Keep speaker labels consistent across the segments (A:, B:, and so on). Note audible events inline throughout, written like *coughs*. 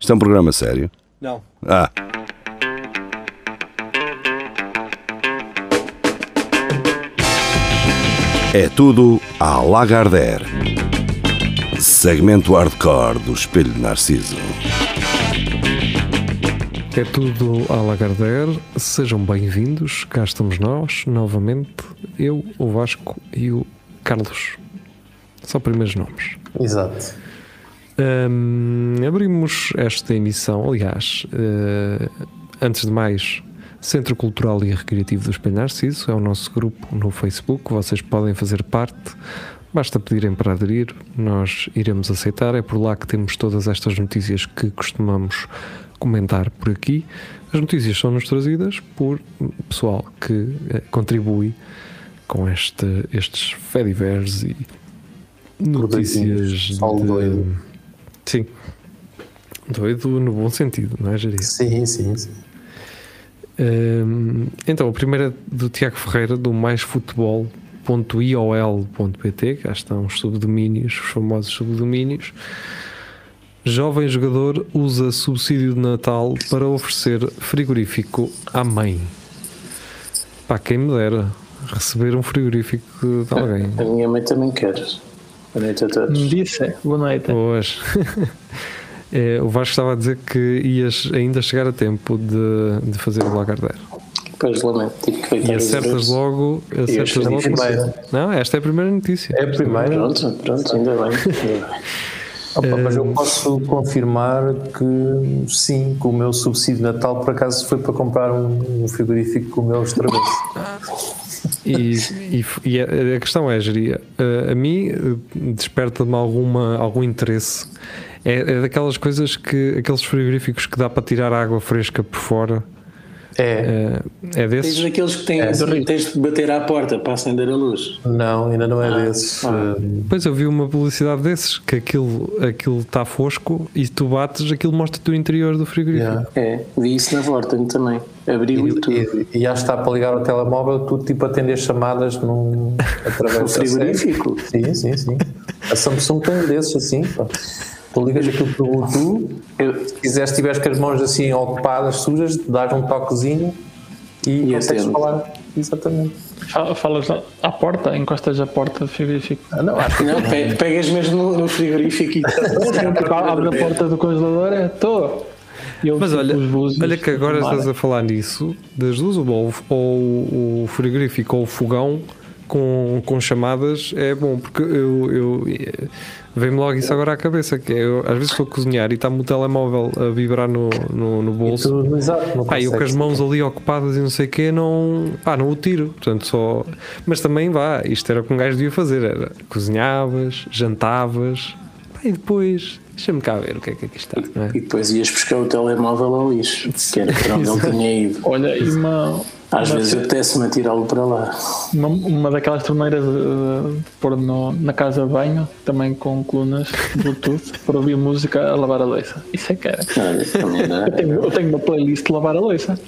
A: Isto é um programa sério.
B: Não.
A: Ah, é tudo à Lagardère. Segmento hardcore do Espelho de Narciso.
C: É tudo à Lagardère. Sejam bem-vindos. Cá estamos nós, novamente. Eu, o Vasco e o Carlos. Só primeiros nomes.
D: Exato.
C: Hum, abrimos esta emissão, aliás, eh, antes de mais, Centro Cultural e Recreativo do Espelho Narciso é o nosso grupo no Facebook, vocês podem fazer parte, basta pedirem para aderir, nós iremos aceitar, é por lá que temos todas estas notícias que costumamos comentar por aqui. As notícias são-nos trazidas por pessoal que eh, contribui com este, estes Fediverse e notícias
D: Produtinhos, pessoal doido.
C: Sim. Doido no bom sentido, não é, Jaria?
D: Sim, sim, sim.
C: Hum, então, a primeira é do Tiago Ferreira, do maisfutebol.iol.pt, cá estão os um subdomínios, os famosos subdomínios. Jovem jogador usa subsídio de Natal para oferecer frigorífico à mãe. Pá, quem me dera receber um frigorífico de alguém.
D: A minha mãe também quer. Boa noite a todos.
E: Disse, boa noite.
C: Pois. É, o Vasco estava a dizer que ias ainda chegar a tempo de, de fazer o Lagardère.
D: Depois lamento, tive que
C: E
D: ficar
C: acertas logo. Acertas
D: achei
C: logo.
D: que primeira.
C: Não, esta é a primeira notícia.
D: É a primeira. Pronto, pronto, ainda bem. ainda bem. Opa, mas eu posso confirmar que sim, que o meu subsídio de Natal por acaso foi para comprar um, um frigorífico com o meu extraverso.
C: E, e- e a a questão é, Geria, a, a mim eh, desperta-me alguma, algum interesse. É, é daquelas coisas que, aqueles frigoríficos que dá para tirar água fresca por fora.
D: É,
C: eh, É
B: Tens
C: desses?
B: daqueles que têm, assim, tens de bater à porta para acender a luz.
D: não, ainda não
B: Ah,
D: é desses. eh,
C: Pois eu vi uma publicidade desses que aquilo está fosco e tu bates, aquilo mostra-te o interior do frigorífico.
D: yeah.
B: É, vi isso na Vorten também. Abriu e tudo.
D: E, e já está para ligar o telemóvel, tu tipo atender chamadas num, através
B: O
D: da série.
B: É um frigorífico.
D: Sim, sim, sim. A Samsung tem um desses assim. pá. Tu ligas aquilo pelo Bluetooth,
B: Eu-
D: se quiseres, se tiveres com as mãos assim ocupadas, sujas, dás um toquezinho e,
B: E
D: consegues
B: acende.
D: falar. Exatamente.
E: Fa- Ah, Falas à porta, encostas à porta do frigorífico.
D: Ah, não, acho que
B: Não, pe- pegas mesmo no, no frigorífico e
E: Tipo, Abre a porta do congelador, é estou.
C: Mas
D: Tipo,
C: olha, olha que agora estás a falar nisso, das duas, ou, ou o frigorífico ou o fogão com, com chamadas é bom, porque eu, eu eh, vem-me logo isso agora à cabeça, que é, eu, às vezes estou a cozinhar e está-me o telemóvel a vibrar no, no, no bolso.
D: tu, exato, não
C: Pá, eu com as
D: consegues.
C: mãos ali ocupadas e não sei o quê, não, pá, não o tiro. Portanto, só... Mas também vá, isto era o que um gajo devia fazer: era cozinhavas, jantavas, pá, e depois deixa-me cá ver o que é que aqui está. Não é?
B: E depois ias buscar o telemóvel ao lixo, que era para onde ele tinha ido.
E: Olha, e uma,
B: Às
E: uma,
B: vezes apetece-me atirá-lo para lá.
E: uma, uma daquelas torneiras eh, de pôr no- na casa de banho, também com colunas Bluetooth, *laughs* para ouvir música a lavar a louça. Isso é que era.
B: Olha, também dá.
E: Eu tenho, eu tenho uma playlist de lavar a louça.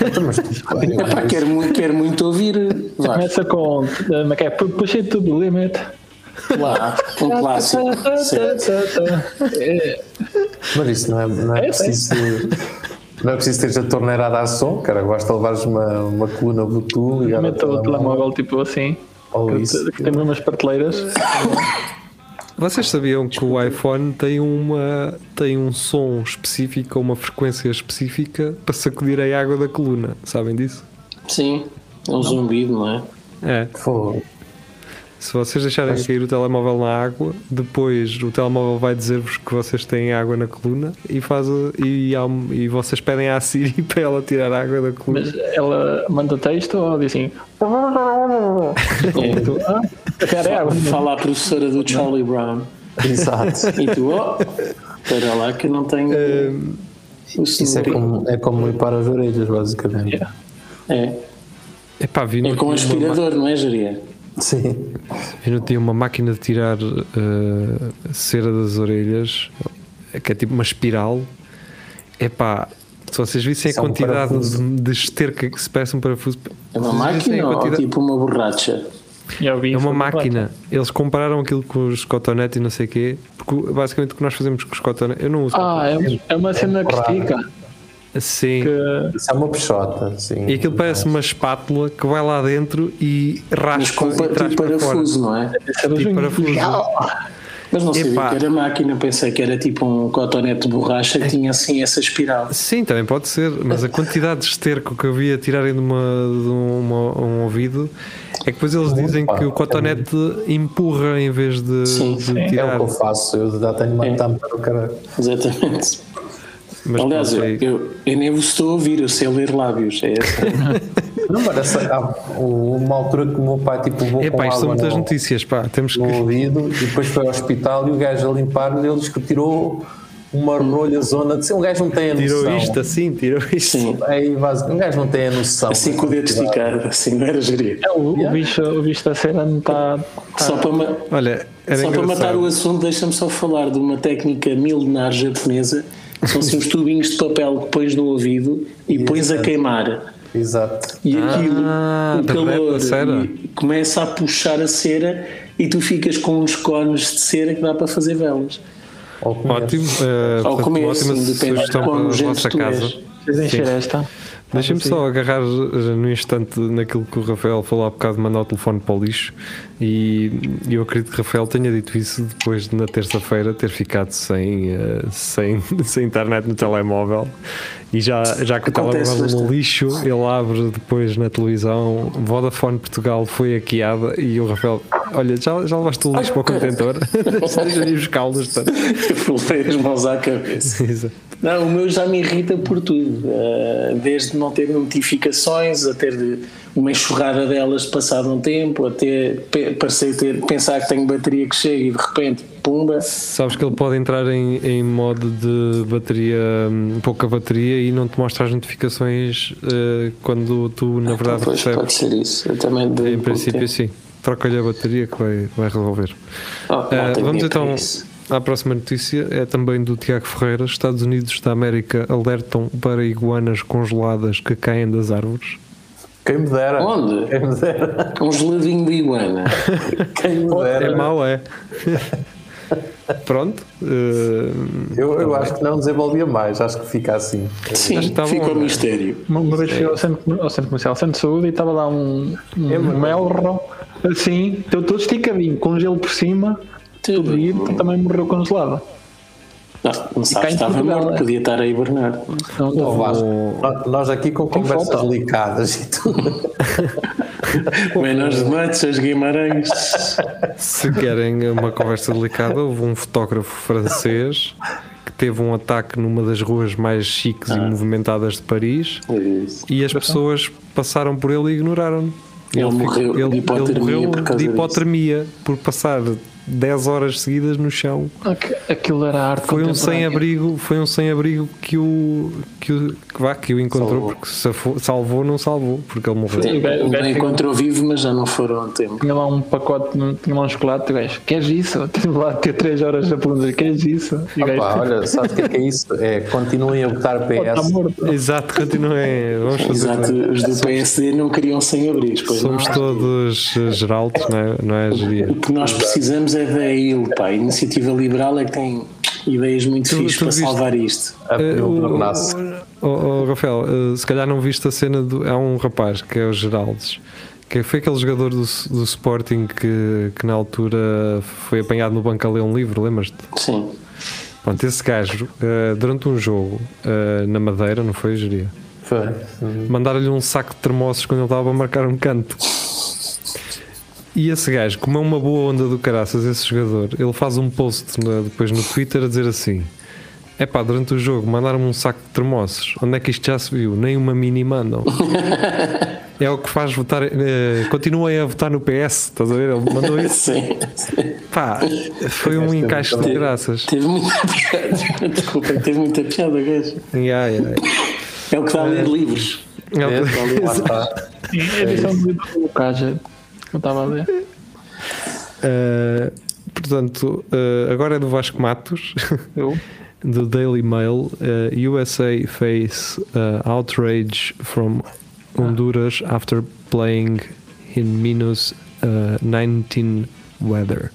B: Epá, quero muito, quero muito ouvir. Vá,
E: Começa com. eh, Como é que é? Pu- Push it to the limit.
B: lá, um
E: *laughs*
B: clássico. Certo.
E: É,
D: Mas isso não é, não é
E: É,
D: preciso. Não é preciso teres a torneira a dar som, cara. Gosta de levares uma, uma coluna Bluetooth ligada ao
E: Meto o telemóvel tipo assim.
D: Ou
E: que-
D: isso.
E: Que tem umas prateleiras.
C: Vocês sabiam que o iPhone tem, uma, tem um som específico, uma frequência específica para sacudir a água da coluna? Sabem disso?
B: Sim, é um zumbido, não é?
C: É.
D: Fogo.
C: Se vocês deixarem cair o telemóvel na água, depois o telemóvel vai dizer-vos que vocês têm água na coluna e, faz, a- e, há um- e vocês pedem à Siri *laughs* para ela tirar a água da coluna.
E: Mas ela manda texto ou diz assim.
B: é.
E: Tu, ah, cara, é água.
B: Fala à professora do Charlie Brown.
D: Exato.
B: E tu, oh, para lá que eu não tenho.
C: Hum,
B: o
D: Isso é
B: seguro.
D: como, é como limpar as orelhas, basicamente.
E: Yeah.
B: É.
C: Epá, vi
B: É
C: no,
B: com um
C: dia uma,
B: aspirador, não é, Jaria?
D: Sim.
C: vi no dia uma máquina de tirar eh, cera das orelhas, que é tipo uma espiral. Epá, se vocês vissem a
D: Isso é um
C: quantidade
D: parafuso.
C: de, de esterca que se parece um parafuso.
B: É uma
C: vocês vissem a
B: máquina ou
C: quantidade-
B: tipo uma borracha?
E: Já ouvi
C: É
E: isso
C: uma
E: do
C: máquina. Eles compararam aquilo com os cotonete e não sei o quê. Porque basicamente o que nós fazemos com os cotonete. Eu não uso.
E: Ah, é, é uma cena que estica.
C: cotonete. Sim.
E: Que,
D: Isso é uma pichota, sim.
C: E aquilo parece uma espátula que vai lá dentro e
B: Mas
C: raspa
B: com
C: e traz
B: tipo
C: para fora.
B: parafuso, não é?
E: um
C: Tipo parafuso.
B: Mas não sabia
C: Epá. É.
B: que era máquina, pensei que era tipo um cotonete de borracha que tinha assim essa espiral.
C: Sim, também pode ser, mas a quantidade de esterco que eu vi a tirarem de, uma, de uma- um ouvido é que depois eles dizem que
D: é
C: o cotonete empurra em vez de,
B: Sim,
C: de
B: sim, é
D: É o
C: tirar.
D: que eu faço, eu já tenho uma
B: É.
D: tampa no caralho.
B: Exatamente.
C: Mas
B: Aliás,
C: pronto,
B: eu,
C: é-
B: eu, eu nem vos estou a ouvir, eu sei ler lábios. É essa.
C: *laughs*
D: Não parece. Há uma altura que o meu pai tipo, levou
C: Epá,
D: com
C: isto
D: água
C: são muitas
D: no,
C: notícias, pá. Temos que.
D: no ouvido e depois foi ao hospital e o gajo a limpar-lhe, ele disse que tirou uma rolha zona de. Um gajo não tem a
C: *laughs*
D: noção.
C: Tirou isto assim, tirou isto.
B: Sim.
D: Aí, basic- um gajo não tem a noção.
B: Assim com o dedo esticado, assim, não era gerir.
E: é, o, o bicho, o bicho da cera não tá- está.
B: Só para, ma-
C: Olha, era
B: só para
C: engraçado.
B: matar o assunto, deixa-me só falar de uma técnica milenar japonesa. que São
C: *laughs*
B: assim uns tubinhos de papel que pões no ouvido e pões a queimar.
D: Exato.
B: E aquilo,
C: Ah,
B: o
C: derrete
B: calor,
C: a cera.
B: e começa a puxar a cera e tu ficas com uns cones de cera que dá para fazer velas.
D: Ou é comer.
C: Ótimo, eh,
B: Ao
C: portanto,
B: comer,
C: uma ótima
B: sim, assim, depende
C: sugestão
B: de quão
C: para a
B: nojento
C: vossa
B: tu
C: casa.
B: és. *laughs*
E: Vocês encher esta.
C: Deixem-me só agarrar eh, no instante naquilo que o Rafael falou há bocado de mandar o telefone para o lixo e e eu acredito que Rafael tenha dito isso depois de na terça-feira ter ficado sem, eh, sem, *laughs* sem internet no telemóvel e já, já que o
B: Acontece
C: telemóvel no
B: bastante.
C: lixo ele abre depois na televisão Vodafone Portugal foi hackeada e o Rafael, olha, já, já levaste o lixo para o contentor? *laughs* Deixa-me ir
B: *laughs*
C: buscá-lo. está-
B: Eu levei as mãos à cabeça.
C: Exato.
B: Não, o meu já me irrita por tudo. eh, desde não ter notificações, a ter de- uma enxurrada delas passado um tempo, a ter, pe- parecer ter, pensar que tenho bateria que chega e de repente, pumba.
C: Sabes que ele pode entrar em, em modo de bateria, hum, pouca bateria e não te mostra as notificações eh, quando tu, na verdade,
B: Ah, Pois, pode
C: recebes.
B: ser isso. Eu também de, um
C: Em princípio, sim. Troca-lhe a bateria que vai, vai resolver.
B: Ah,
C: Eh, vamos então à próxima notícia. É também do Tiago Ferreira. Estados Unidos da América alertam para iguanas congeladas que caem das árvores.
D: Quem me dera.
B: Onde?
D: Quem me dera.
B: Um geladinho de iguana.
D: Quem me
C: É
B: Ah.
D: dera.
C: mau,
B: *laughs*
C: é? Pronto. eh,
D: Eu, eu acho que não desenvolvia mais, acho que fica assim.
B: Sim,
C: está
B: fica
C: bom,
B: o
C: não é?
B: mistério.
E: Uma, uma vez fui ao centro, ao centro comercial, ao centro de saúde, e estava lá um, um melro, assim, todo todo esticadinho, com gelo por cima, tudo ir, também morreu congelado.
B: Ah, Não, não
E: cá
B: sabes,
E: em
B: estava
E: Portugal,
B: morto,
E: é?
B: podia estar aí Bernardo.
E: Não,
D: Ó,
E: não,
D: Vasco, nó- Nós aqui com conversas
E: falta.
D: delicadas e tudo.
B: Menores de Matos, Guimarães.
C: Se querem uma conversa delicada, houve um fotógrafo francês que teve um ataque numa das ruas mais chiques e
B: Ah.
C: movimentadas de Paris
B: É isso.
C: e as pessoas passaram por ele e ignoraram.
B: Ele morreu de hipotermia por causa
C: de
B: disso.
C: hipotermia por passar 10 horas seguidas no chão.
E: aqu- aquilo era arte
C: Foi um
E: contemporânea.
C: sem-abrigo, foi um sem-abrigo que o que o que, vá, que o encontrou
D: Salvou.
C: porque safou- salvou não salvou, porque ele morreu.
E: Sim, o gajo- o gajo
B: Bem,
E: tinha-
B: encontrou vivo, mas já não foram a tempo.
E: Tinha lá um pacote, tinha lá um chocolate, o gajo, queres isso? *laughs* Tive lá de ter 3 horas a perguntar, queres isso? E o gajo,
D: Pá, olha, sabes o que é, que é isso? É, continuem a botar
E: "Pô, tá
D: PS.
E: morto.
C: Exato, continuem. Vamos fazer
B: Exato, os do PSD não queriam sem abrir. Pois
C: Somos
B: não.
C: todos eh, Geraldos, não é? Não é Geria?
B: O que nós precisamos é da IL, pá. A iniciativa liberal é que tem ideias muito
C: Tu-
B: fixas
C: tu
B: para
C: viste-
B: salvar isto.
D: A um
C: Eh,
D: pelo
C: o-
D: nasce.
C: o- o- o Rafael, eh, se calhar não viste a cena do. Há um rapaz que é o Geraldes, que foi aquele jogador do, do Sporting que, que na altura foi apanhado no banco a ler um livro, lembras-te?
B: Sim.
C: Pronto, esse gajo, eh, durante um jogo eh, na Madeira, não foi, Geria?
D: Foi.
C: mandaram-lhe um saco de termossos quando ele estava a marcar um canto. E esse gajo, como é uma boa onda do caraças, esse jogador, ele faz um post na- depois no Twitter a dizer assim: é pá, durante o jogo mandaram-me um saco de termossos, onde é que isto já se viu? Nem uma mini mandam. é o que faz votar, eh, continuem a votar no PS, estás a ver? Ele mandou isso,
B: Sim.
C: pá, foi um encaixe de graças.
B: Teve muita piada. *laughs* Desculpa, teve muita piada, gajo.
C: Yeah, yeah.
B: É o que dá a ler livros.
D: É,
C: Ele-
D: tá ali, lá está.
E: Sim, é um a edição do livro do Caixa, que eu estava a ler.
C: Eh, portanto, eh, agora é do Vasco Matos.
E: Eu,
C: *laughs* do Daily Mail, eh, USA face eh, outrage from Honduras after playing in minus uh, 19 Weather.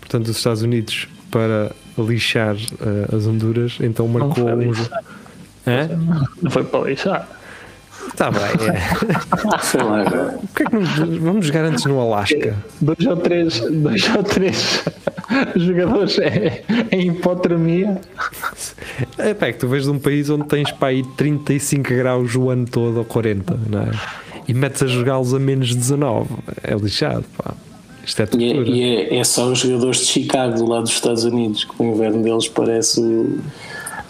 C: Portanto, os Estados Unidos, para lixar uh, as Honduras, então marcou
E: foi
C: um jogo.
E: lixar.
C: Hã?
E: Não foi para lixar.
C: Tá bem. *laughs* é.
B: Sei lá, agora.
C: Porquê é que não- vamos jogar antes no Alasca?
E: Dois ou três, dois ou três *laughs* jogadores em em hipotermia.
C: É pá, é que tu vês de um país onde tens para aí 35 graus o ano todo ou 40, não é? E metes a jogá-los a menos 19. É lixado, pá. Isto é
B: E, é,
C: tortura.
B: e é- é só os jogadores de Chicago do lado dos Estados Unidos, que o inverno deles parece o,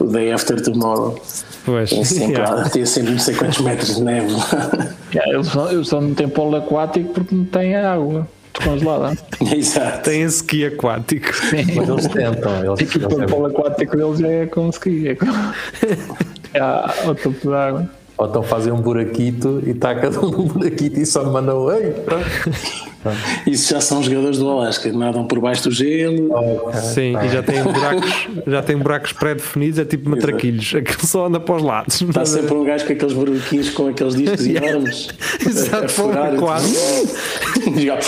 B: o Day After *laughs* Tomorrow.
C: Pois.
B: Tem sempre,
C: Yeah.
B: tem sempre não sei quantos metros de neve.
E: Yeah, eles, só- eles só não têm polo aquático porque não têm água descongelada.
B: *laughs* Exato.
C: Tem esse ski aquático.
D: Mas eles tentam, eles,
E: Tipo,
D: eles
E: o
D: é-
E: polo aquático deles é como ski. É, com... é ao topo da água.
D: ou então fazem um buraquito e está cada um um buraquito e só me mandam, ei, pronto.
B: Isso já são os jogadores do Alasca, nadam por baixo do gelo.
C: Sim, e já tem buracos, já tem buracos pré-definidos, é tipo matraquilhos. Aquilo só anda para os lados.
B: Está sempre um gajo com aqueles barulhinhos, com aqueles discos
C: *laughs*
B: enormes.
C: Exato,
B: a furar
C: polo
B: aquilo. *laughs* Já-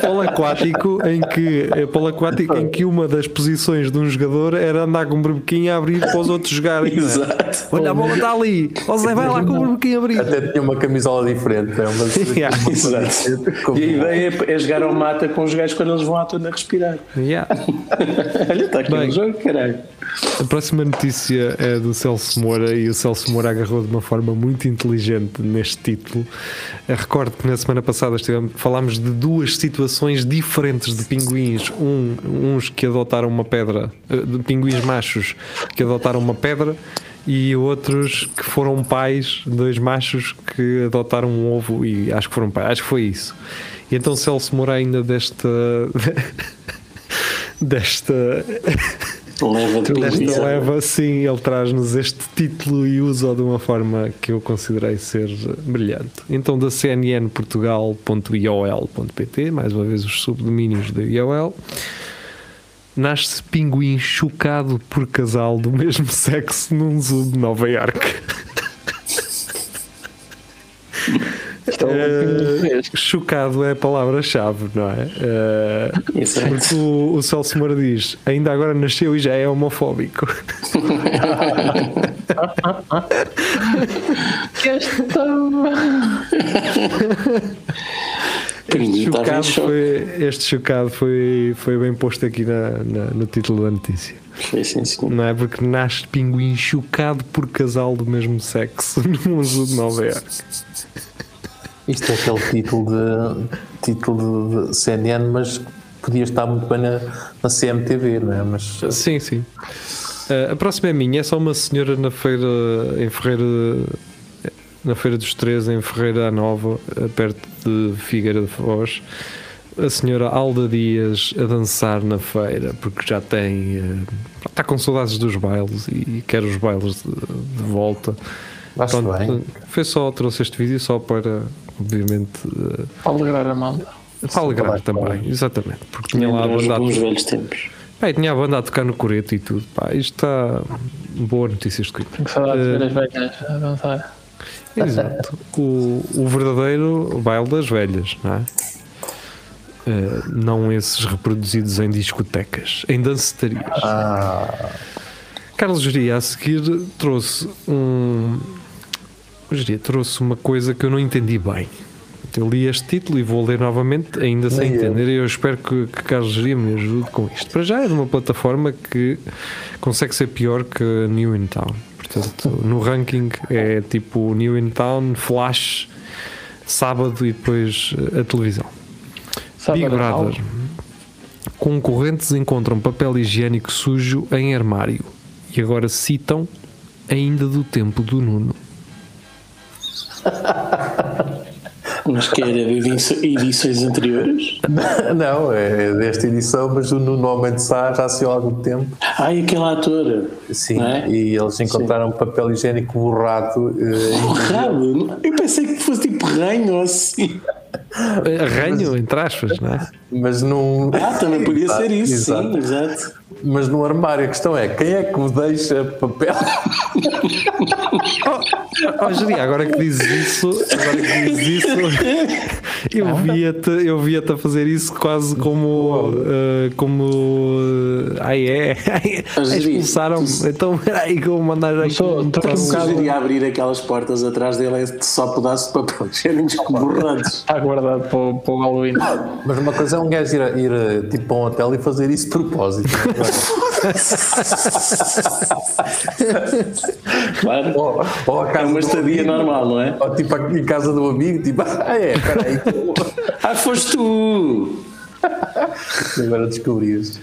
C: polo aquático em que é polo aquático em que uma das posições de um jogador era andar com um berbequinho a abrir para os outros jogarem. não é?
B: Exato.
C: Olha, a bola está ali. Ó Zé, vai lá com o berbequinho a
B: *laughs*
C: abrir.
D: Até tinha uma camisola diferente. É uma *laughs*
C: Yeah,
B: Exato. E a ideia é- é jogar ao mata com os gajos quando eles vão à tona respirar. *laughs*
C: Yeah.
B: Olha, está aqui
C: Bem.
B: no jogo, caralho.
C: A próxima notícia é do Celso Moura e o Celso Moura agarrou de uma forma muito inteligente neste título. Eu Recordo que na semana passada estivemos- falámos de duas situações diferentes de pinguins. Um, uns que adotaram uma pedra, eh, de pinguins machos que adotaram uma pedra e outros que foram pais, dois machos que adotaram um ovo e acho que foram pais. Acho que foi isso. E então Celso Moura ainda desta. *laughs* desta.
B: Leva de
C: Desta
B: pinguim.
C: leva, sim, ele traz-nos este título e usa de uma forma que eu considerei ser brilhante. Então, da cnnportugal.iol.pt, mais uma vez os subdomínios da IOL, nasce pinguim chocado por casal do mesmo *laughs* sexo num zoo de Nova Iorque.
E: Isto é o
C: Eh,
E: pinguim fresco.
C: chocado é a palavra-chave, não é? Eh, porque
B: Exato.
C: o, o Celso Moura diz ainda agora nasceu e já é homofóbico.
B: Pinguim estava em
C: chocado
B: choque.
C: foi, este chocado foi, foi bem posto aqui na, na- no título da notícia.
B: Foi sim, sim.
C: Não é? Porque nasce pinguim chocado por casal do mesmo sexo *laughs* num zoo de Nova Iorque.
D: Isto é aquele título de, título de, de CNN, mas podia estar muito bem na, na CMTV, não é? Mas
C: Sim, sim. Ah, a próxima é minha. É só uma senhora na feira em Ferreira. Na Feira dos Três, em Ferreira Nova, ah, perto de Figueira de Foz, a senhora Alda Dias a dançar na feira, porque já tem. ah, está com saudades dos bailes e quer os bailes de, de volta.
D: acho
C: Pronto,
D: bem.
C: Foi só, trouxe este vídeo só para, obviamente, eh,
E: Para alegrar a mão.
C: para alegrar
D: falar,
C: também,
D: falar.
C: exatamente. Porque tinha lá a
B: Lembra-nos
C: banda a,
B: dos
C: to-
B: velhos tempos.
C: Pá, e tinha a banda a tocar no coreto e tudo. Pá, isto está boa notícia de
E: Que saudades de ver as velhas a dançar.
C: Exato. O, o verdadeiro baile das velhas, não é? Eh, não esses reproduzidos em discotecas, em dancetarias. Carlos Geria a seguir trouxe um. Geria trouxe uma coisa que eu não entendi bem. Eu li este título e vou ler novamente, ainda sem
D: Nem eu.
C: entender. Eu espero que, que Carlos Geria me ajude com isto. Para já é de uma plataforma que consegue ser pior que a New in Town. Portanto, no ranking é tipo New in Town, Flash, sábado e depois eh, a televisão.
E: Sabe
C: Big
E: a dançar?
C: Brother. Concorrentes encontram papel higiênico sujo em armário e agora citam ainda do tempo do Nuno.
B: Mas que era de ediço- edições anteriores.
D: *laughs* Não, é desta edição, mas o Nuno Homem de Sá já se há algum tempo.
B: Ai, Ah, aquele ator.
D: Sim,
B: Não é?
D: e eles encontraram um papel higiênico borrado. eh,
B: Borrado? Eu pensei que fosse tipo ranho ou assim.
C: Arranho, entre aspas, não é? *laughs*
D: mas não.
B: Ah, também podia
D: Exato,
B: ser isso,
D: exato.
B: sim, exato.
D: mas no armário a questão é quem é que o deixa papel?
C: Oh, Jeria, agora que dizes isso, agora que dizes isso, *laughs* eu via-te eu via-te a fazer isso quase como. eh, como. eh, ai é, ai é,
B: Jeria,
C: expulsaram-me. Então peraí que eu vou mandar aqui.
E: Só-
C: um-
E: troca um
B: Se
E: bocado.
B: iria abrir aquelas portas atrás dele é só pedaço de papel higiênico com borrantes.
E: Está guardado para o, para o Halloween.
D: Mas uma coisa é um gajo ir, a, ir a, tipo a um hotel e fazer isso de propósito.
B: Claro.
D: ou, ou a
B: É
D: casa
B: uma
D: do
B: estadia
D: amigo,
B: normal, não é?
D: Ou tipo em casa do amigo, tipo, ah é, peraí,
B: Ah, foste tu!
D: agora descobri isso.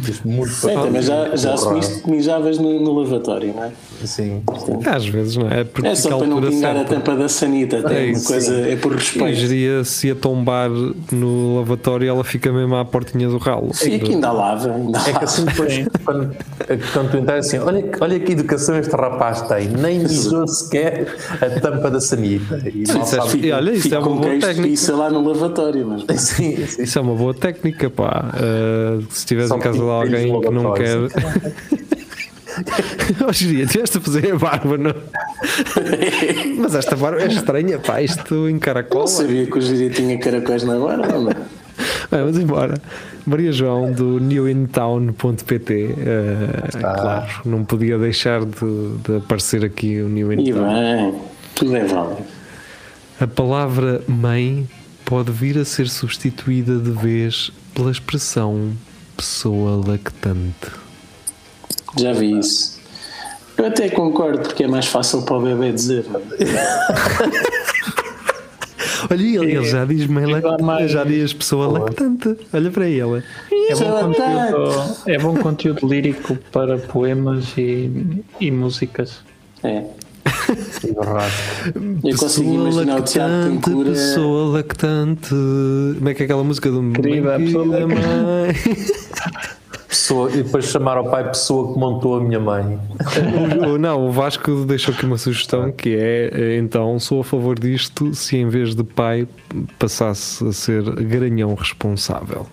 D: Mas Muito
B: É, também já, já
D: Porra.
B: assumiste que mijavas no, no lavatório, não é?
D: Sim.
C: Às vezes, não é? Porque
B: É só
C: aquela
B: para não
C: altura
B: pingar a
C: sempre-
B: tampa da sanita, até
C: É
B: uma
C: isso.
B: coisa, é por respeito.
C: Eu diria se a tombar no lavatório ela fica mesmo à portinha do ralo.
B: Sim, aqui ainda lava, ainda
D: É que
B: lava.
D: assim depois, quando, quando tu entras assim, olha, que- olha que educação este rapaz tem, nem mijou sequer a tampa da sanita. E mal
C: Disseste,
D: sabe-
C: e olha, isso
B: Fico
C: é uma
B: com
C: boa
B: queixo de
C: técnica.
B: pizza lá no lavatório, mas
D: Sim, sim.
C: Isso é uma boa técnica, pá. Uh, se estiveres
D: Só
C: em casa de
D: porque tens
C: alguém
D: um
C: que não quer.
D: laboratório,
C: *laughs* Hoje em dia, tiveste a fazer a barba, não? Mas esta barba é estranha, pá. Isto
B: não
C: encaracola.
B: sabia que o Jiri tinha caracóis na barba, não é?
C: Bem, vamos embora. Maria João, do newintown.pt. uh,
B: Ah.
C: claro, não podia deixar de, de aparecer aqui o New In
B: E
C: Town.
B: bem, tudo é válido.
C: A palavra mãe pode vir a ser substituída de vez pela expressão pessoa lactante.
B: Já vi isso. Eu até concordo, porque é mais fácil para o bebê dizer.
C: Olha, ele, ele já diz mãe lactante,
E: mais-
C: já diz pessoa lactante. Olha para ela.
E: É
B: Isso
E: bom,
B: é verdade.
E: conteúdo, é bom conteúdo lírico para poemas e, e músicas.
B: É.
D: E o rato.
B: Eu consigo imaginar o Tiago Tencoura.
C: pessoa lactante. Como é que é aquela música do
E: Querida,
C: Mãe,
E: pessoa
C: querida mãe?
D: Pessoa, e depois chamar ao pai pessoa que montou a minha mãe.
C: O- o- Não, o Vasco deixou aqui uma sugestão que é eh, então sou a favor disto se em vez de pai passasse a ser garanhão responsável.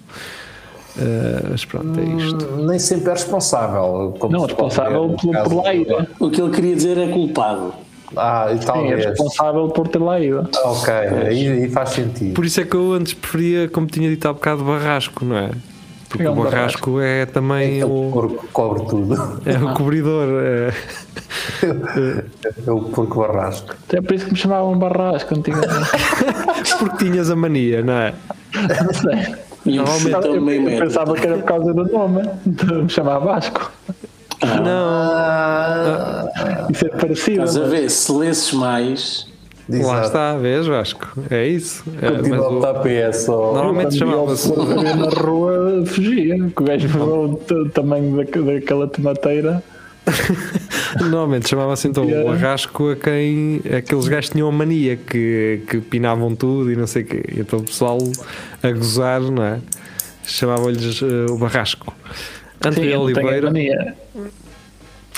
C: Eh, mas pronto, é isto.
D: Nem sempre é responsável. como
E: Não,
D: se
E: responsável
D: pode ver
E: pelo,
D: É, no
E: por lá
D: caso
E: ir.
D: do-
B: O que ele queria dizer é culpado.
D: Ah, e
E: Sim, é
D: talvez.
E: responsável por ter lá ido.
D: ok, aí, aí faz sentido.
C: Por isso é que eu antes preferia, como tinha dito há bocado, barrasco, não é? Porque
E: É um
C: o barrasco, é também
D: É o
C: o,
D: porco que cobre tudo. *laughs*
C: é o cobridor. é.
D: É o porco barrasco.
E: É por isso que me chamavam Barrasco antigamente.
C: *laughs*
E: *laughs*
C: Porque tinhas a mania, não é?
E: Não sei.
B: E um
E: Eu,
B: chutão meio
E: eu
B: metro.
E: pensava que era por causa do nome, então me chamava Vasco.
C: Não,
D: Ah,
E: Isso é parecido.
B: Estás a
E: mas
B: ver, se lesses mais,
C: lá
D: exato.
C: está, vês, Vasco? É isso. É, mas
D: Continua
C: o-
D: o tapé, é só.
C: normalmente chamava-se.
E: quando eu ia na rua fugia, que o gajo viu o t- tamanho da, daquela tomateira.
C: Normalmente chamava-se então o
E: Yeah.
C: barrasco a quem aqueles gajos tinham a mania que, que pinavam tudo e não sei o quê. Então o pessoal a gozar, não é? Chamavam-lhes eh, o barrasco.
E: Sim,
C: André
E: eu não tenho
C: Oliveira,
E: mania.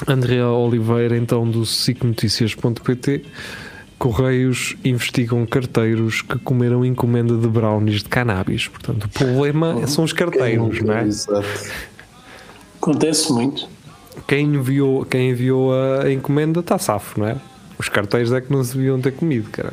C: André Oliveira, então do cicnoticias.pt Correios investigam carteiros que comeram encomenda de brownies de cannabis. Portanto, o problema
E: Ah,
C: são os carteiros, não é?
D: Exato.
B: acontece muito.
C: Quem enviou, quem enviou a encomenda está safo, não é? Os carteiros é que não se deviam ter comido, cara.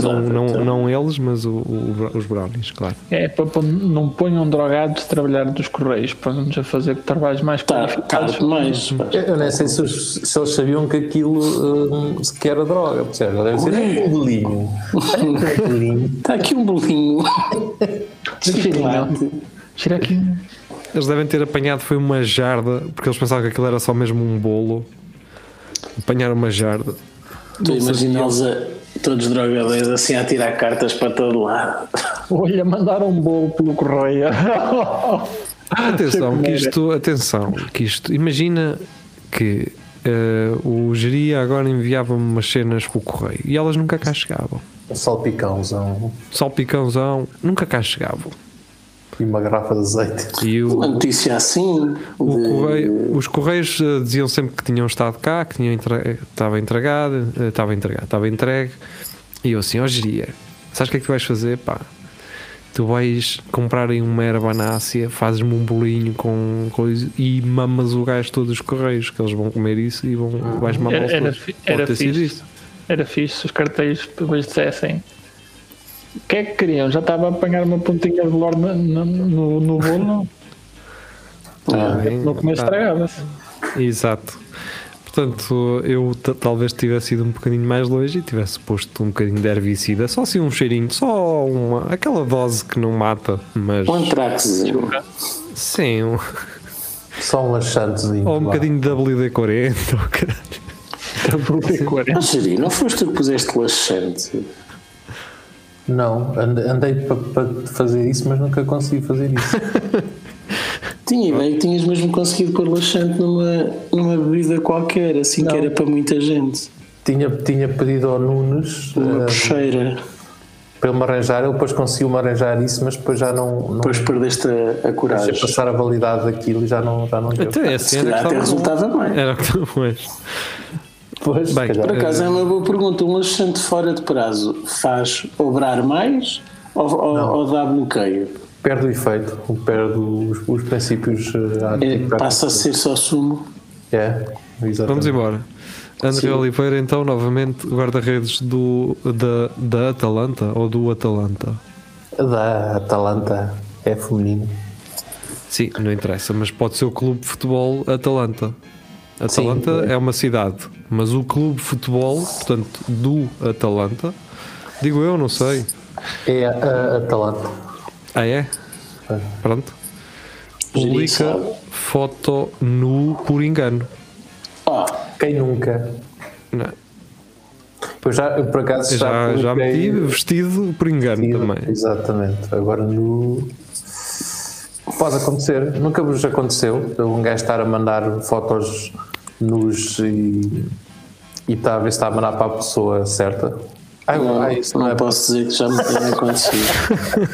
C: Não, não,
B: Então.
C: não eles, mas o- o- os brownies, claro.
E: É, para, para, não ponham drogados a trabalhar dos correios, ponham-nos a fazer trabalhos mais
B: Está caro
E: qualificados.
B: demais. Tá, pá.
D: Eu- Eu nem sei se, os- se eles sabiam que aquilo hum, sequer era droga, percebes? Deve ser um bolinho. Um bolinho.
B: Está aqui um bolinho.
E: Filhinho, Tira aqui.
C: Eles devem ter apanhado foi uma jarda, porque eles pensavam que aquilo era só mesmo um bolo. Apanharam uma jarda.
B: Estou a imaginá-los a- todos drogadores assim a tirar cartas para todo lado.
E: Olha, mandaram um bolo pelo correio.
C: Atenção,
E: Sempre
C: que
E: era.
C: isto, atenção, que isto, imagina que eh, o geria agora enviava-me umas cenas para o correio e elas nunca cá chegavam.
D: Um salpicãozão
C: Salpicãozão, nunca cá chegavam.
D: e uma garrafa de azeite.
C: E o,
B: Uma notícia assim.
C: Uhum. o
B: de-
C: correio- os correios eh, diziam sempre que tinham estado cá, que tinham entre- eh, estava entregado, eh, estava entregado, estava entregue. E eu assim, ó geria, sabes o que é que tu vais fazer? Pá, Tu vais comprar aí uma erva na Ásia, fazes-me um bolinho com coisa e mamas o gajo todos os correios, que eles vão comer isso e vão, vais mamar
E: Ah. Era,
C: os
E: era,
C: todos.
E: fi-
C: Pode
E: era
C: ter sido
E: fixe.
C: isso.
E: Era fixe se os carteiros depois dissessem. O que é que queriam? Já estava a apanhar uma pontinha de lorde na- na- no, no bolo?
C: Bem,
E: não comer
C: tá.
E: estragava-se.
C: Exato. Portanto, eu ta- talvez tivesse ido um bocadinho mais longe e tivesse posto um bocadinho de herbicida, só assim um cheirinho, só uma, aquela dose que não mata, mas
B: Um antraxezinho.
C: sim, um,
D: Só um laxantezinho.
C: ou um
D: vá.
C: bocadinho de WD-40. ou caralho.
B: Ah, Geri, não foste tu que puseste laxante?
D: Não, ande- andei para fazer isso, mas nunca consegui fazer isso.
B: Tinha ideia que tinhas mesmo conseguido pôr laxante numa, numa bebida qualquer, assim que era para muita gente.
D: tinha, tinha pedido ao Nunes
B: Numa
D: eh,
B: puxeira.
D: para ele me arranjar, ele depois conseguiu-me arranjar isso, mas depois já não, não é
B: Depois perdeste a, a coragem.
D: deixei passar a validade daquilo e já não, já não deu.
C: Então, é assim,
B: Se
C: era
B: calhar
C: que
B: até
C: estava bom.
B: resultava bem.
C: Era o que estava mais.
D: Pois,
C: Bem,
D: se calhar.
B: Por acaso é uma boa pergunta. Um laxante fora de prazo faz obrar mais ou, ou- ou dá bloqueio?
D: perde o efeito, perde os, os princípios eh,
B: É,
D: ativos.
B: passa a ser só sumo.
D: É, exatamente.
C: Vamos embora. André
B: Sim.
C: Oliveira, então, novamente, guarda-redes do- da, da Atalanta ou do Atalanta?
D: Da Atalanta é feminino.
C: Sim, não interessa, mas pode ser o clube de futebol Atalanta. Atalanta é uma cidade, mas o clube de futebol, portanto, do Atalanta, digo eu, não sei.
D: É a, a Atalanta.
C: Ah, é?
D: É.
C: Pronto.
B: Geri
C: Publica
B: sabe.
C: foto nu por engano.
B: Ah,
D: Quem nunca?
C: Não,
D: Pois já, eu por acaso,
C: eu já, já meti
D: coloquei-
C: vestido por engano também.
D: Exatamente. Agora no. Pode acontecer. Nunca vos aconteceu de um gajo estar a mandar fotos nus e, e está a ver se está a mandar para a pessoa certa. Ai,
B: não,
D: ai, isso
B: não
D: não é
B: posso dizer que já
D: *laughs*
B: me tenha acontecido.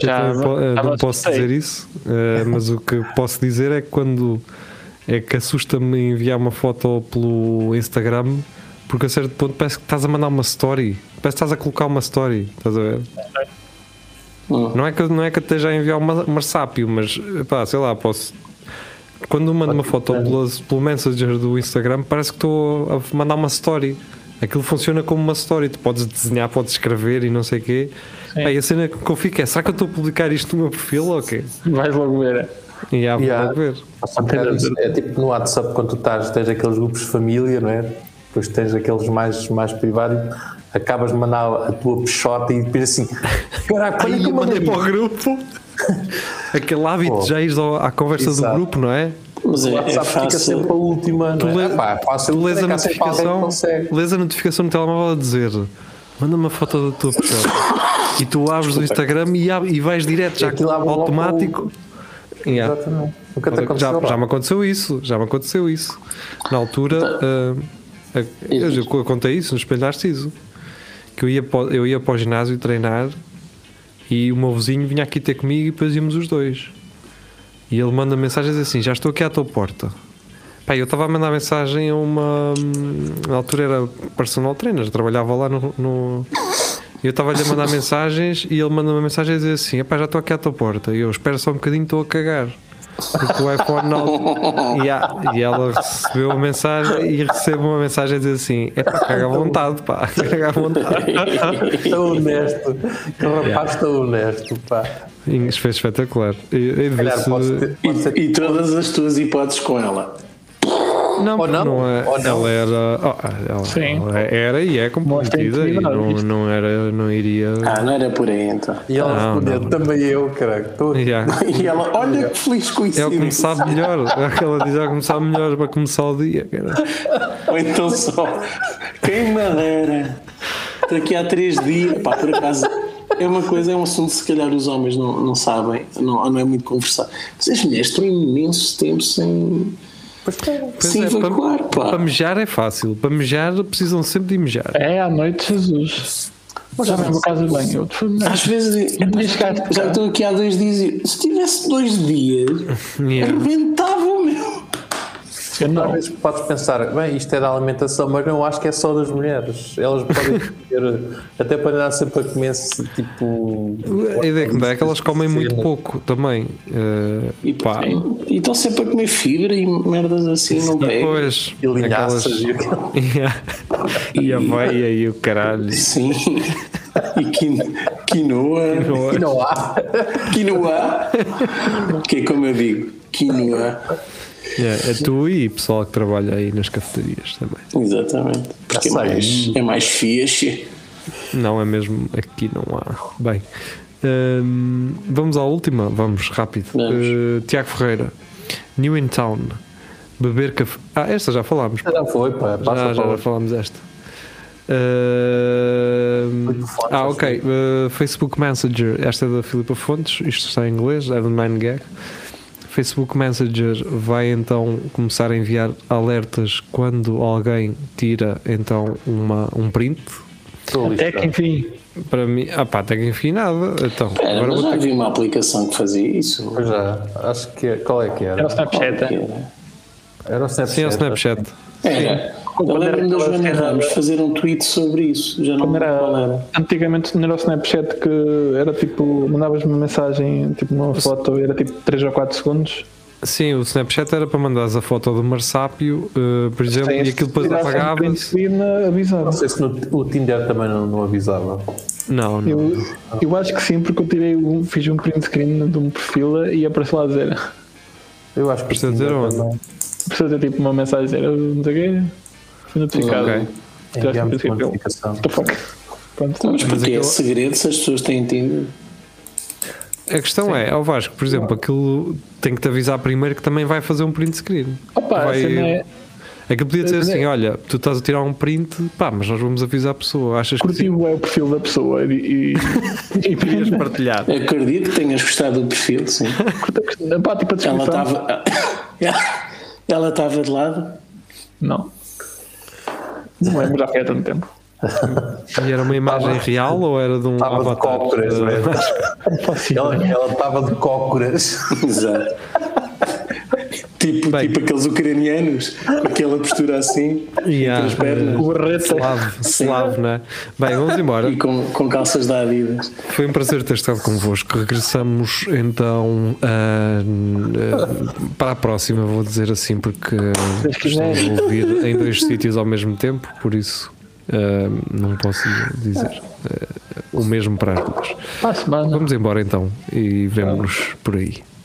E: Já,
C: Eu também po- eh,
E: já
C: não
E: me
C: posso
E: assustei.
C: dizer isso, eh, mas o que posso dizer é que quando é que assusta-me enviar uma foto pelo Instagram, porque a certo ponto parece que estás a mandar uma story, parece que estás a colocar uma story, estás a ver?
B: Hum.
E: Uhum.
C: Não é que, não é que eu esteja a enviar uma, uma sápio, mas pá, sei lá, posso. Quando mando uma foto pelo, pelo Messenger do Instagram, parece que estou a mandar uma story. Aquilo funciona como uma story. Tu podes desenhar, podes escrever e não sei o quê. Pá, e a cena que eu fico é: será que eu estou a publicar isto no meu perfil ou quê?
E: Vais logo ver.
C: E há
D: Yeah.
C: yeah. ver.
D: Passa um bocado isso. É tipo no WhatsApp, quando tu estás, tens aqueles grupos de família, não é? Depois tens aqueles mais, mais privados, acabas de mandar a tua peixota e depois assim, caraca, olha que eu mandei
C: para o
D: isto."
C: grupo.
D: *laughs*
C: Aquele hábito
D: Oh.
C: de já ires ao- à conversa
D: Exato.
C: do grupo, não é?
B: Mas é,
D: O
B: é
D: WhatsApp fica sempre a
B: fácil.
D: última. Não é?
C: Tu, le-
D: Ah, pá, é fácil,
C: tu lês
D: é
C: a
D: que há sempre alguém que
C: notificação,
D: consegue.
C: lês a notificação no telemóvel a dizer manda uma foto da tua pessoa e tu abres o Instagram e, ab- e vais direto já
D: Aquilo abre logo
C: automático. Yeah.
D: Exatamente. Nunca é te
C: Já,
D: aconteceu.
C: já
D: pá.
C: me aconteceu isso, já me aconteceu isso. Na altura, ah, ah, eu, já co- contei isso no Espelho Narciso, que eu ia, para, o- eu ia para o ginásio treinar e o meu vizinho vinha aqui ter comigo e depois íamos os dois. E ele manda mensagens assim, já estou aqui à tua porta. Pá, eu estava a mandar mensagem a uma... hum, Na altura era personal trainer, trabalhava lá no... no- eu estava-lhe a mandar mensagens e ele manda uma mensagem a dizer assim: Epá, já estou aqui à tua porta. E eu espero só um bocadinho, estou a cagar. Porque o iPhone não. E, a- e ela recebeu a mensagem e recebe uma mensagem a dizer assim: Epá, caga à vontade, pá, *laughs* caga à vontade.
D: Tão é honesto. Que rapaz tão honesto, pá.
C: E isso foi espetacular. E, e de ver
D: Calhar
C: se...
D: posso ter- pode ser tipo
B: E, e todas as tuas hipóteses com ela.
C: Não,
D: Ou não,
C: é,
D: ou não.
C: ela era. oh, ah, ela,
E: Sim.
C: ela era e é comprometida e
E: intimidade,
C: não,
E: isto.
C: não era, não iria.
B: Ah, não era por aí então.
D: E ela
C: Ah, Não,
D: respondeu, também eu, caralho. Estou aqui.
C: Yeah.
B: *laughs* E ela, olha que feliz
C: É o
B: *laughs*
C: que me
B: coincidência.
C: sabe melhor. É o que ela diz, é o que me sabe melhor para começar o dia. cara.
B: Ou então só, quem me dera, daqui a três dias, pá, por acaso, é uma coisa, é um assunto que se calhar os homens não, não sabem, não, ou não é muito conversado. Mas as mulheres têm imenso tempo sem,
C: Pois
B: sem
C: é, para-
B: evacuar, pá.
C: Para mejar é fácil. Para mejar precisam sempre de mejar.
E: É à noite, Jesus. Já mesmo casa de né? banho. Eu te fui-
C: *laughs*
B: Às vezes,
C: É
E: Eu nem chegaste,
B: já
E: pá.
B: estou aqui há dois dias e se tivesse dois dias,
C: *laughs* Yeah.
B: arrebentava o meu.
D: Eu não. Às vezes podes pensar, bem, isto é da alimentação, mas não, acho que é só das mulheres. Elas podem comer, *laughs* até para dar sempre a comer tipo.
C: A ideia que me dá é que elas comem muito pouco também. Eh,
B: E,
C: pá,
B: e- e estão sempre a comer fibra e merdas assim, não pega.
C: Pois,
D: E linhaças
C: *laughs* aquelas-
D: e aquilo.
C: e a veia e o caralho.
B: Sim. E quin- quinoa.
D: E não há.
B: Quinoa. Que é como eu digo, quinoa.
C: Yeah, é tu e o pessoal que trabalha aí nas cafeterias também. Tá
B: Exatamente. Porque é
D: Açaí.
B: mais, é mais fixe.
C: Não é mesmo, aqui não há. Bem, hum, vamos à última, vamos rápido.
B: Vamos.
C: Eh, Tiago Ferreira, New in Town, beber café. Ah, esta já falámos.
D: Já foi, pá,
C: Já,
D: passa
C: já,
D: para
C: já
D: o
C: falámos desta. Hum,
D: Filipe Fontes,
C: ah,
D: acho
C: ok. eh, Facebook Messenger, esta é da Filipa Fontes, isto está em inglês, é do 9gag. Facebook Messenger vai então começar a enviar alertas quando alguém tira então uma, um print.
D: Estou
E: Até
D: lixado.
E: que enfim.
C: Para mim, ah pá, até que enfim nada. Então, agora
B: Era, É, mas
C: vou
B: já
C: ter
B: havia uma aplicação que fazia isso.
D: Pois já, acho que é- qual é que
E: Era o
D: era?
E: Snapchat. é?
B: Era.
D: Era o
C: que-
D: Snapchat.
C: Sim, é o Snapchat.
B: né? Era. Eu
E: Quando era
B: lembro-me do
E: aquela
B: Joana
E: cena-
B: Ramos fazer um tweet sobre isso. Já não
E: Quando
B: me lembro
E: era-
B: qual era.
E: Antigamente não era o Snapchat que era tipo, mandavas uma mensagem, tipo numa foto, era tipo 3 ou 4 segundos.
C: Sim, o Snapchat era para mandares a foto do marsápio, eh, por exemplo, e aquilo depois
E: Tirasse um
C: apagava-se.
E: print screen, avisava.
D: Não sei se no- o Tinder também não, não avisava.
C: Não, não.
E: Eu, eu acho que sim, porque eu tirei um, fiz um print screen de um perfil e apareceu lá a dizer.
D: Eu acho que o
C: Precisa dizer
D: Tinder
C: onde?
D: também.
E: *laughs* Precisa ter tipo uma mensagem a dizer, "Eu não sei o quê, fui notificado.
C: Ok.
E: Tiraste um
D: Enviámos
E: print screen.
D: uma
E: Eu, What
D: notificação.
E: the fuck? Pronto,
B: Mas porque
C: aquilo-
B: é segredo se as pessoas têm Tinder.
C: A questão é, ao Vasco, por exemplo, aquilo tem que te avisar primeiro que também vai fazer um print screen.
E: Opa, a
C: vai,
E: cena é-
C: Aquilo podia dizer
E: a cena
C: assim:
E: é-
C: olha, tu estás a tirar um print, pá, mas nós vamos avisar a pessoa. Achas que
E: curti
C: sim?
E: bué o perfil da pessoa
C: *laughs*
E: e, e, e, *laughs*
C: Querias partilhar?
B: Acredito que tenhas gostado do
C: *laughs*
B: perfil, sim.
E: curti- pá, tipo a descrição.
B: Ela
C: Então.
B: estava. *coughs* Ela estava de lado.
E: Não. Não lembro, já foi há tanto tempo.
C: E era uma
E: Tá
C: imagem real ou era de um
D: Estava de
C: avatar?
D: cócoras,
C: Ah,
E: né?
D: velho. *laughs* Ela ela estava de cócoras.
B: Exato. tipo,
C: Bem.
B: tipo aqueles ucranianos, com aquela postura assim,
C: yeah,
B: entre as pernas.
E: O Barreto.
C: Slavo, slavo, eh, né? Bem, vamos embora.
B: E com, com calças da Adidas.
C: Foi um prazer ter estado convosco. Regressamos então ah, ah, para a próxima, vou dizer assim, porque
E: Deus quiser.
C: estamos a ouvir em dois sítios ao mesmo tempo, por isso ah, não posso dizer ah, o mesmo para as duas.
E: Para a semana.
C: Vamos embora então e vemo-nos por aí.